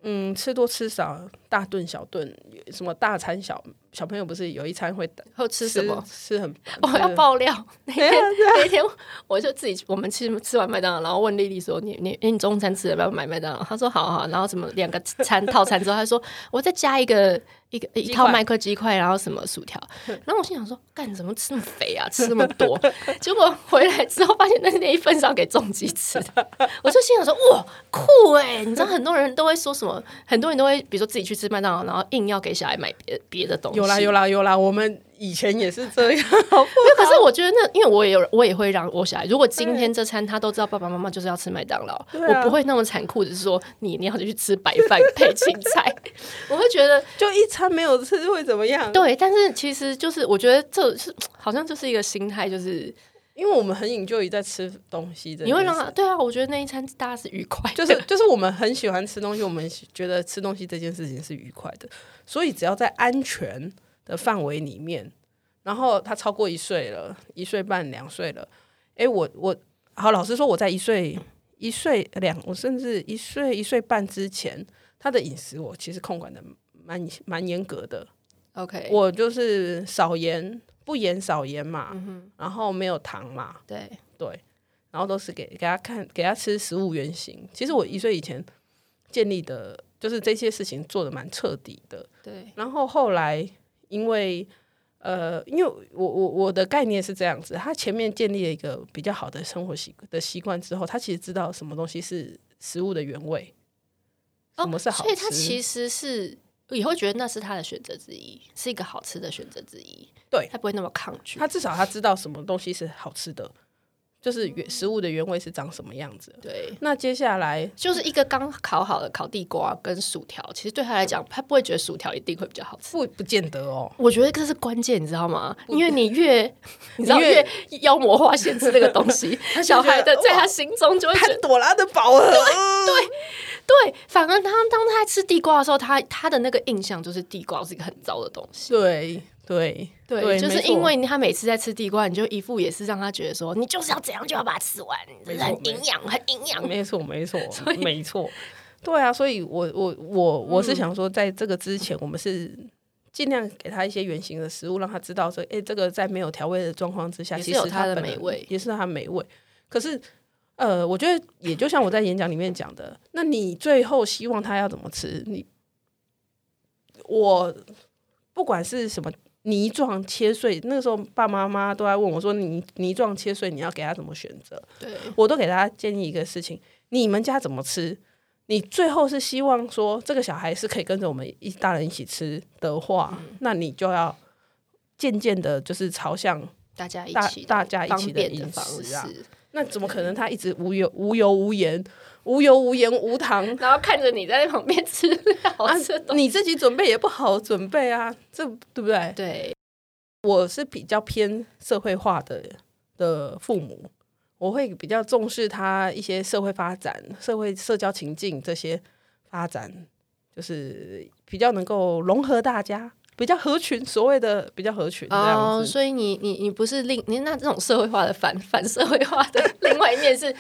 [SPEAKER 2] 嗯，吃多吃少，大顿小顿，什么大餐小小朋友不是有一餐会
[SPEAKER 3] 后吃什么？？
[SPEAKER 2] 吃很
[SPEAKER 3] (laughs) 我要
[SPEAKER 2] 吃
[SPEAKER 3] 爆料。那天
[SPEAKER 2] 啊
[SPEAKER 3] 那天我就自己，我们吃吃完麦当劳，然后问丽丽说：“你你你中餐吃了要不要买麦当劳？”她说：“好好。啊好”然后什么两个餐套餐之后，她说：“我再加一个一个一套
[SPEAKER 2] 块
[SPEAKER 3] 麦克鸡块，然后什么薯条。”然后我心想说：“干怎么这么肥啊？吃那么多？” (laughs) 结果回来之后发现那是那一份是要给重击吃欸的，我就心想说：“哇，酷哎、你知道很多人都会说什么？很多人都会比如说自己去吃麦当劳，然后硬要给小孩买别别的东西。
[SPEAKER 2] 有啦有
[SPEAKER 3] 啦，
[SPEAKER 2] 啦有啦，我们以前也是这
[SPEAKER 3] (laughs)
[SPEAKER 2] 样，好不
[SPEAKER 3] 因
[SPEAKER 2] (laughs)
[SPEAKER 3] 为可是我觉得那，因为我也有我也会让我小孩，如果今天这餐他都知道爸爸妈妈就是要吃麦当劳，
[SPEAKER 2] 对啊
[SPEAKER 3] 我不会那么残酷的说你一定要去吃白
[SPEAKER 2] (laughs)
[SPEAKER 3] 饭配青菜，我会觉得
[SPEAKER 2] 就一餐没有吃会怎么样？
[SPEAKER 3] 对。但是其实就是我觉得这是好像就是一个心态，就是
[SPEAKER 2] 因为我们很引咎于在吃东西的，
[SPEAKER 3] 你会让他对啊，我觉得那一餐大家是愉快的，
[SPEAKER 2] 就是就是我们很喜欢吃东西，我们觉得吃东西这件事情是愉快的，所以只要在安全的范围里面，然后他超过一岁了，一岁半、两岁了，诶，我我好，老实说，我在一岁、一岁两，我甚至一岁一岁半之前，他的饮食我其实控管的蛮蛮严格的，
[SPEAKER 3] OK，
[SPEAKER 2] 我就是少盐、不盐、少盐嘛，
[SPEAKER 3] 嗯
[SPEAKER 2] 然后没有糖嘛，
[SPEAKER 3] 对。
[SPEAKER 2] 对，然后都是给给他看，给他吃食物原型。其实我一岁以前建立的，就是这些事情做的蛮彻底的。
[SPEAKER 3] 对，
[SPEAKER 2] 然后后来因为呃，因为我我我的概念是这样子，他前面建立了一个比较好的生活习的习惯之后，他其实知道什么东西是食物的原味，什么是好吃。
[SPEAKER 3] 哦所以他其实是也会觉得那是他的选择之一，是一个好吃的选择之一。
[SPEAKER 2] 对
[SPEAKER 3] 他不会那么抗拒。
[SPEAKER 2] 他至少他知道什么东西是好吃的，就是原食物的原味是长什么样子。
[SPEAKER 3] 对，
[SPEAKER 2] 那接下来
[SPEAKER 3] 就是一个刚烤好的烤地瓜跟薯条，其实对他来讲，他不会觉得薯条一定会比较好吃。
[SPEAKER 2] 不不见得哦，
[SPEAKER 3] 我觉得这是关键，你知道吗？因为你
[SPEAKER 2] (laughs)
[SPEAKER 3] 越你知道
[SPEAKER 2] 你越
[SPEAKER 3] 越妖魔化限制这个东
[SPEAKER 2] (laughs)
[SPEAKER 3] 西，小孩的
[SPEAKER 2] 哇
[SPEAKER 3] 在他心中就会觉
[SPEAKER 2] 潘
[SPEAKER 3] 得
[SPEAKER 2] 朵拉的宝盒，对，
[SPEAKER 3] 对。反而他当他吃地瓜的时候，他他的那个印象就是地瓜是一个很糟的东西。
[SPEAKER 2] 对对
[SPEAKER 3] 对，就是因
[SPEAKER 2] 没
[SPEAKER 3] 为他每次在吃地瓜，你就一副也是让他觉得说，你就是要怎样就要把它吃完，真的很营养，很营养
[SPEAKER 2] 错。没错没 (laughs) 错没错，对啊，所以我我我我
[SPEAKER 3] 嗯
[SPEAKER 2] 是想说，在这个之前，我们是尽量给他一些原型的食物，让他知道说，哎，这个在没有调味的状况之下，
[SPEAKER 3] 也是
[SPEAKER 2] 其实
[SPEAKER 3] 有它的
[SPEAKER 2] 本人
[SPEAKER 3] 美味
[SPEAKER 2] 也是它的美味。可是，呃，我觉得也就像我在演讲里面讲的，那你最后希望他要怎么吃？你我不管是什么泥状切碎，那个时候爸妈妈都在问我说泥泥状切碎你要给他怎么选择？
[SPEAKER 3] 对，
[SPEAKER 2] 我都给大家建议一个事情：你们家怎么吃？你最后是希望说这个小孩是可以跟着我们一大人一起吃的话，
[SPEAKER 3] 嗯
[SPEAKER 2] 那你就要渐渐的，就是朝向
[SPEAKER 3] 大家一
[SPEAKER 2] 大
[SPEAKER 3] 起的
[SPEAKER 2] 大家一
[SPEAKER 3] 方
[SPEAKER 2] 起的
[SPEAKER 3] 便的
[SPEAKER 2] 饮
[SPEAKER 3] 方
[SPEAKER 2] 食
[SPEAKER 3] 式
[SPEAKER 2] 啊，那怎么可能他一直无油无油无盐、无油无盐无
[SPEAKER 3] (laughs)
[SPEAKER 2] 糖？
[SPEAKER 3] 然后看着你在旁边吃好
[SPEAKER 2] 啊
[SPEAKER 3] 吃的，哦东西。
[SPEAKER 2] 你自己准备也不好准备啊，这对不对？
[SPEAKER 3] 对，
[SPEAKER 2] 我是比较偏社会化的的父母，我会比较重视他一些社会发展、社会社交情境这些发展，就是比较能够融合大家，比较合群，所谓的比较合群这样
[SPEAKER 3] 哦，
[SPEAKER 2] 子。
[SPEAKER 3] 所以你你你不是另你那这种社会化的反反社会化 (laughs) 的另外一面是，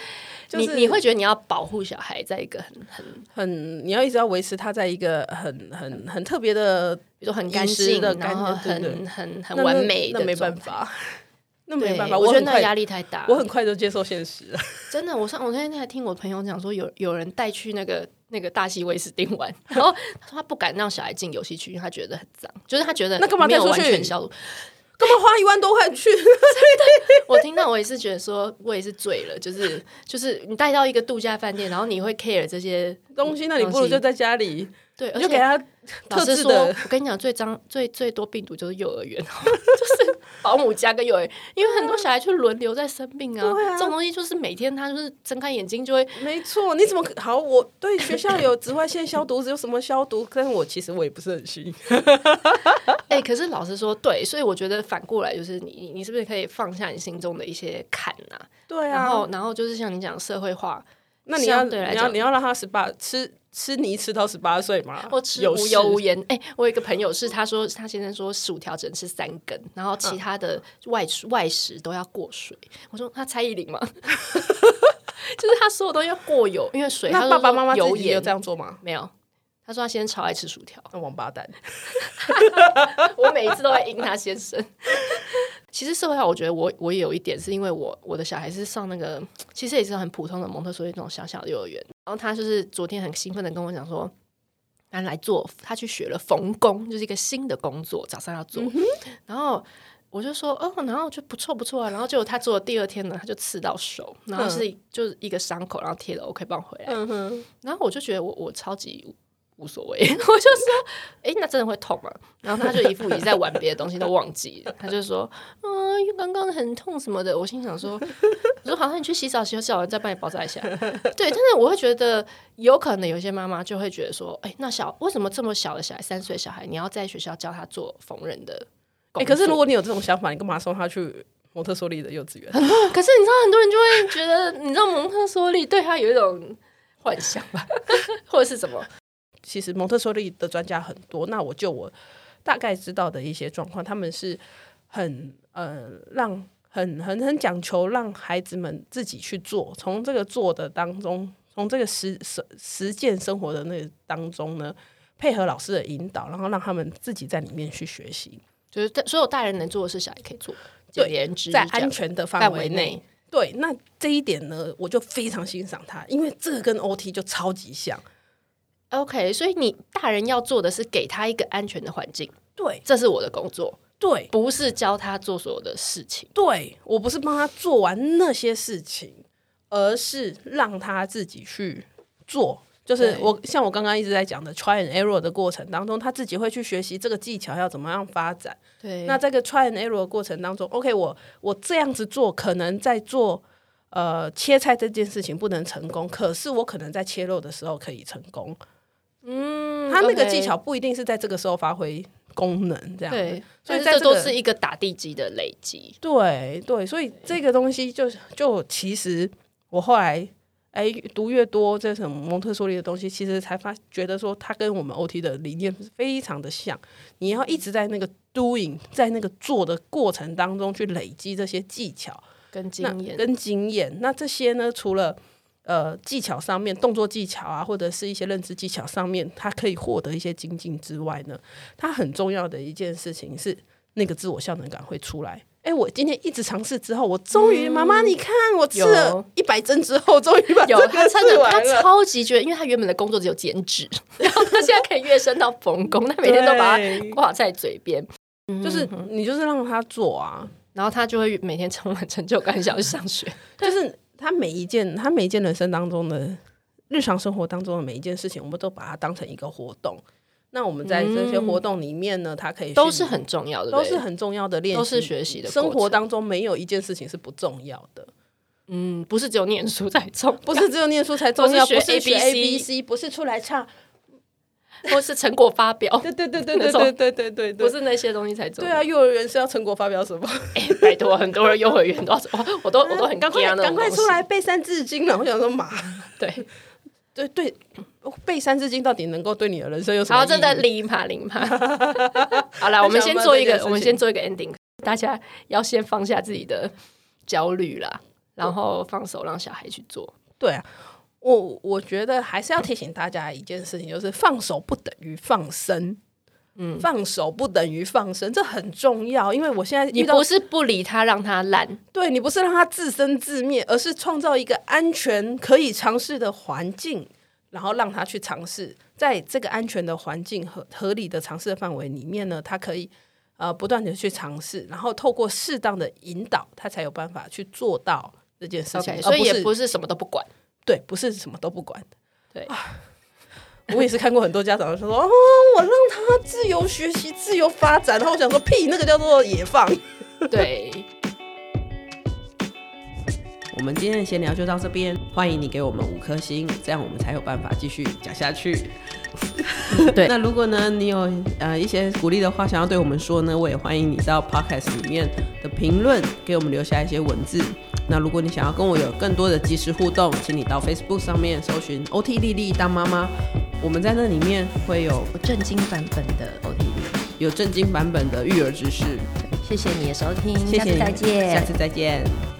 [SPEAKER 2] 就是
[SPEAKER 3] 你你会觉得你要保护小孩在一个很很
[SPEAKER 2] 很，你要一直要维持他在一个很很很特别的
[SPEAKER 3] 比如说很
[SPEAKER 2] 饮
[SPEAKER 3] 干
[SPEAKER 2] 食
[SPEAKER 3] 净，
[SPEAKER 2] 的
[SPEAKER 3] 然
[SPEAKER 2] 干
[SPEAKER 3] 后
[SPEAKER 2] 对对
[SPEAKER 3] 很
[SPEAKER 2] 对
[SPEAKER 3] 很
[SPEAKER 2] 那
[SPEAKER 3] 很完
[SPEAKER 2] 那
[SPEAKER 3] 美的
[SPEAKER 2] 那没办
[SPEAKER 3] 状态，
[SPEAKER 2] 法， (laughs) 那
[SPEAKER 3] 对
[SPEAKER 2] 没办法，
[SPEAKER 3] 我觉得
[SPEAKER 2] 很
[SPEAKER 3] 那
[SPEAKER 2] 快
[SPEAKER 3] 压力太大，
[SPEAKER 2] 我很快就接受现实了。 (laughs)
[SPEAKER 3] 真的，我上我那天还听我朋友讲说有，有人带去那个那个大西威士丁玩，然后他说他不敢让小孩进游戏区，因为他觉得很脏，就是他觉得
[SPEAKER 2] 那干嘛
[SPEAKER 3] 没有
[SPEAKER 2] 带出
[SPEAKER 3] 完
[SPEAKER 2] 去
[SPEAKER 3] 全消毒。
[SPEAKER 2] 干嘛花一万多块去？
[SPEAKER 3] 我听到我也是觉得说，我也是醉了，就是就是你带到一个度假饭店，然后你会 care 这些
[SPEAKER 2] 东西，那你不如就在家里，
[SPEAKER 3] 对，
[SPEAKER 2] 你
[SPEAKER 3] 而
[SPEAKER 2] 就给
[SPEAKER 3] 且
[SPEAKER 2] 他
[SPEAKER 3] 老
[SPEAKER 2] 特
[SPEAKER 3] 师
[SPEAKER 2] 制
[SPEAKER 3] 说，
[SPEAKER 2] 的。
[SPEAKER 3] 我跟你讲，最脏最最多病毒就是幼儿园，哦 (laughs) 就是保姆家跟幼儿园，因为很多小孩就轮流在生病啊，
[SPEAKER 2] 对啊
[SPEAKER 3] 这种东西就是每天他就是睁开眼睛就会
[SPEAKER 2] 没错，你怎么可好？我对学校有紫外线消毒，有什么消毒？但我其实我也不是很信。
[SPEAKER 3] 哎、可是老实说，对，所以我觉得反过来就是你，你你是不是可以放下你心中的一些坎呐、
[SPEAKER 2] 对
[SPEAKER 3] 然
[SPEAKER 2] 啊
[SPEAKER 3] 后，，然后就是像你讲社会化，
[SPEAKER 2] 那你要
[SPEAKER 3] 相
[SPEAKER 2] 你
[SPEAKER 3] 对来
[SPEAKER 2] 要
[SPEAKER 3] 讲
[SPEAKER 2] 你要让他十八吃吃泥吃到十八岁嘛？
[SPEAKER 3] 或吃
[SPEAKER 2] 有
[SPEAKER 3] 无
[SPEAKER 2] 事
[SPEAKER 3] 油无盐。哎、我有一个朋友是，他说他先生说薯条只能吃三根，然后
[SPEAKER 2] 嗯
[SPEAKER 3] 其他的外、外食都要过水。我说他蔡依林吗？ (laughs) 就是他所有东西要过油，因为水。他
[SPEAKER 2] 那
[SPEAKER 3] 说
[SPEAKER 2] 爸爸妈妈
[SPEAKER 3] 油
[SPEAKER 2] 自己有
[SPEAKER 3] 盐
[SPEAKER 2] 这样做吗？
[SPEAKER 3] 没有。他说他先生超爱吃薯条，
[SPEAKER 2] 那王八蛋，
[SPEAKER 3] (laughs) 我每一次都会赢他先生。其实社会化，我觉得我我也有一点，是因为我我的小孩是上那个，其实也是很普通的蒙特梭利那种小小的幼儿园。然后他就是昨天很兴奋的跟我讲说，他来做，他去学了缝工，就是一个新的工作，早上要做。然后我就说，哦，然后就不错不错啊。然后结果他做的第二天呢，他就刺到手，然后是、就是一个伤口，然后贴了 OK 棒回来。
[SPEAKER 2] 嗯哼，
[SPEAKER 3] 然后我就觉得我我超级无所谓。 (laughs) 我就说，哎、那真的会痛吗？然后他就一副已经在玩别的东西，都忘记了。他就说，嗯，刚刚很痛什么的。我心想说， (laughs) 我说好，那你去洗澡，洗澡完再帮你包扎一下。对，但是我会觉得，有可能有些妈妈就会觉得说，哎、那小为什么这么小的小孩，三岁小孩，你要在学校教他做缝纫的
[SPEAKER 2] 哎、
[SPEAKER 3] 工
[SPEAKER 2] 可
[SPEAKER 3] 作？
[SPEAKER 2] 是如果你有这种想法，你干嘛送他去蒙特梭利的幼稚园？
[SPEAKER 3] 可是你知道，很多人就会觉得，你知道蒙特梭利对他有一种幻想吧， (laughs) 或者是什么？
[SPEAKER 2] 其实蒙特梭利的专家很多，那我就我大概知道的一些状况，他们是很呃让很很很讲求让孩子们自己去做，从这个做的当中，从这个实实实践生活的那个当中呢，配合老师的引导，然后让他们自己在里面去学习，
[SPEAKER 3] 就是大所有大人能做的事，小孩可以做。
[SPEAKER 2] 对
[SPEAKER 3] 简言之，
[SPEAKER 2] 在
[SPEAKER 3] 这样
[SPEAKER 2] 安全的范
[SPEAKER 3] 范
[SPEAKER 2] 围
[SPEAKER 3] 围
[SPEAKER 2] 内
[SPEAKER 3] 内。。
[SPEAKER 2] 对，那这一点呢，我就非常欣赏他，因为这个跟 OT 就超级像。
[SPEAKER 3] OK，所以你大人要做的是给他一个安全的环境，
[SPEAKER 2] 对
[SPEAKER 3] 这是我的工作，
[SPEAKER 2] 对
[SPEAKER 3] 不是教他做所有的事情。
[SPEAKER 2] 对，我不是帮他做完那些事情，而是让他自己去做。就是
[SPEAKER 3] 对
[SPEAKER 2] 我像我刚刚一直在讲的 try and error 的过程当中，他自己会去学习这个技巧要怎么样发展。
[SPEAKER 3] 对
[SPEAKER 2] 那这个 try and error 的过程当中，OK，我我这样子做，可能在做呃切菜这件事情不能成功，可是我可能在切肉的时候可以成功。
[SPEAKER 3] 嗯
[SPEAKER 2] 他那个
[SPEAKER 3] OK
[SPEAKER 2] 技巧不一定是在这个时候发挥功能，这样子
[SPEAKER 3] 对，
[SPEAKER 2] 所
[SPEAKER 3] 所
[SPEAKER 2] 以
[SPEAKER 3] 以
[SPEAKER 2] 在
[SPEAKER 3] 这
[SPEAKER 2] 这个
[SPEAKER 3] 都是一个打地基的累积。
[SPEAKER 2] 对对，所以这个东西就就其实我后来哎读越多这什么蒙特梭利的东西，其实才发觉得说它跟我们 OT 的理念非常的像。你要一直在那个 doing，在那个做的过程当中去累积这些技巧、
[SPEAKER 3] 跟
[SPEAKER 2] 那
[SPEAKER 3] 经验，
[SPEAKER 2] 跟经验。那这些呢，除了呃技巧上面、动作技巧啊，或者是一些认知技巧上面，它可以获得一些精进之外呢，它很重要的一件事情是那个自我效能感会出来。哎、我今天一直尝试之后，我终
[SPEAKER 3] 嗯
[SPEAKER 2] 于，妈妈、你看，我吃了一百针之后，终于把这
[SPEAKER 3] 有
[SPEAKER 2] 个
[SPEAKER 3] 他真
[SPEAKER 2] 吃
[SPEAKER 3] 的，他
[SPEAKER 2] 完了。
[SPEAKER 3] 超级觉得，因为他原本的工作只有剪纸， (laughs) 然后他现在可以跃升到缝工，他每天都把
[SPEAKER 2] 对
[SPEAKER 3] 它挂在嘴边，
[SPEAKER 2] 就是
[SPEAKER 3] 嗯
[SPEAKER 2] 你就是让他做啊，
[SPEAKER 3] 然后他就会每天充满成就感，想去上学。
[SPEAKER 2] 就是他每一件他每一件人生当中的日常生活当中的每一件事情，我们都把它当成一个活动。那我们在这些活动里面呢，它可以去
[SPEAKER 3] 嗯都是很重要的，对
[SPEAKER 2] 都
[SPEAKER 3] 不对
[SPEAKER 2] 是很重要的练习，
[SPEAKER 3] 都是学习的过
[SPEAKER 2] 生
[SPEAKER 3] 程
[SPEAKER 2] 活当中没有一件事情是不重要的，
[SPEAKER 3] 嗯，不是只有念书才重，
[SPEAKER 2] 不是只有念书才重要，
[SPEAKER 3] 都
[SPEAKER 2] 不
[SPEAKER 3] 是
[SPEAKER 2] 是
[SPEAKER 3] 学
[SPEAKER 2] 学 A
[SPEAKER 3] ABC
[SPEAKER 2] B C，不是出来唱，
[SPEAKER 3] (laughs) 或是成果发表，
[SPEAKER 2] 对对对对对
[SPEAKER 3] 那种
[SPEAKER 2] 对对对对
[SPEAKER 3] (laughs) 不
[SPEAKER 2] 对，
[SPEAKER 3] 是那些东西才重
[SPEAKER 2] 对
[SPEAKER 3] 要。
[SPEAKER 2] 啊，幼儿园是要成果发表什么？
[SPEAKER 3] 哎，拜托，很多人幼儿园都要说，哇我都我都很
[SPEAKER 2] 赶快
[SPEAKER 3] 惊讶那
[SPEAKER 2] 赶
[SPEAKER 3] 种
[SPEAKER 2] 快
[SPEAKER 3] 东西
[SPEAKER 2] 出，来背三字经了，我想说妈， (laughs)
[SPEAKER 3] 对，
[SPEAKER 2] 对对，背三字经到底能够对你的人生有什么？
[SPEAKER 3] 好，真的。零趴零
[SPEAKER 2] (laughs)
[SPEAKER 3] 趴。好了，
[SPEAKER 2] 我
[SPEAKER 3] 我们先
[SPEAKER 2] 想
[SPEAKER 3] 做
[SPEAKER 2] 问
[SPEAKER 3] 一
[SPEAKER 2] 这件
[SPEAKER 3] 个
[SPEAKER 2] 事，情
[SPEAKER 3] 我们先做一个 ending，大家要先放下自己的焦虑啦，然后放手让小孩去做。
[SPEAKER 2] 对啊，我我觉得还是要提醒大家一件事情，就是放手不等于放生。嗯，放手不等于放生，这很重要。因为我现在
[SPEAKER 3] 你
[SPEAKER 2] 遇到
[SPEAKER 3] 不是不理他，让他烂，
[SPEAKER 2] 对你不是让他自生自灭，而是创造一个安全可以尝试的环境，然后让他去尝试，在这个安全的环境和合理的尝试的范围里面呢，他可以呃不断的去尝试，然后透过适当的引导，他才有办法去做到这件事情而
[SPEAKER 3] OK，所以也
[SPEAKER 2] 哦是
[SPEAKER 3] 不是什么都不管。
[SPEAKER 2] 对，不是什么都不管。
[SPEAKER 3] 对
[SPEAKER 2] 啊， (laughs) 我也是看过很多家长说，哦，我让他自由学习、自由发展，然后我想说，屁，那个叫做野放。
[SPEAKER 3] 对，
[SPEAKER 1] 我们今天的闲聊就到这边，欢迎你给我们五颗星，这样我们才有办法继续讲下去。
[SPEAKER 2] (laughs)
[SPEAKER 3] 对
[SPEAKER 1] 那如果呢，你有呃一些鼓励的话想要对我们说呢，我也欢迎你到 podcast 里面的评论给我们留下一些文字。那如果你想要跟我有更多的即时互动，请你到 Facebook 上面搜寻 OT 丽丽当妈妈，我们在那里面会有
[SPEAKER 4] (laughs) 我震惊版本的 OT，
[SPEAKER 1] 有正经版本的育儿知识。
[SPEAKER 4] 谢谢你的收听，
[SPEAKER 1] 谢
[SPEAKER 4] 下
[SPEAKER 1] 谢
[SPEAKER 4] 次
[SPEAKER 1] 你，
[SPEAKER 4] 再见，
[SPEAKER 1] 下次再见。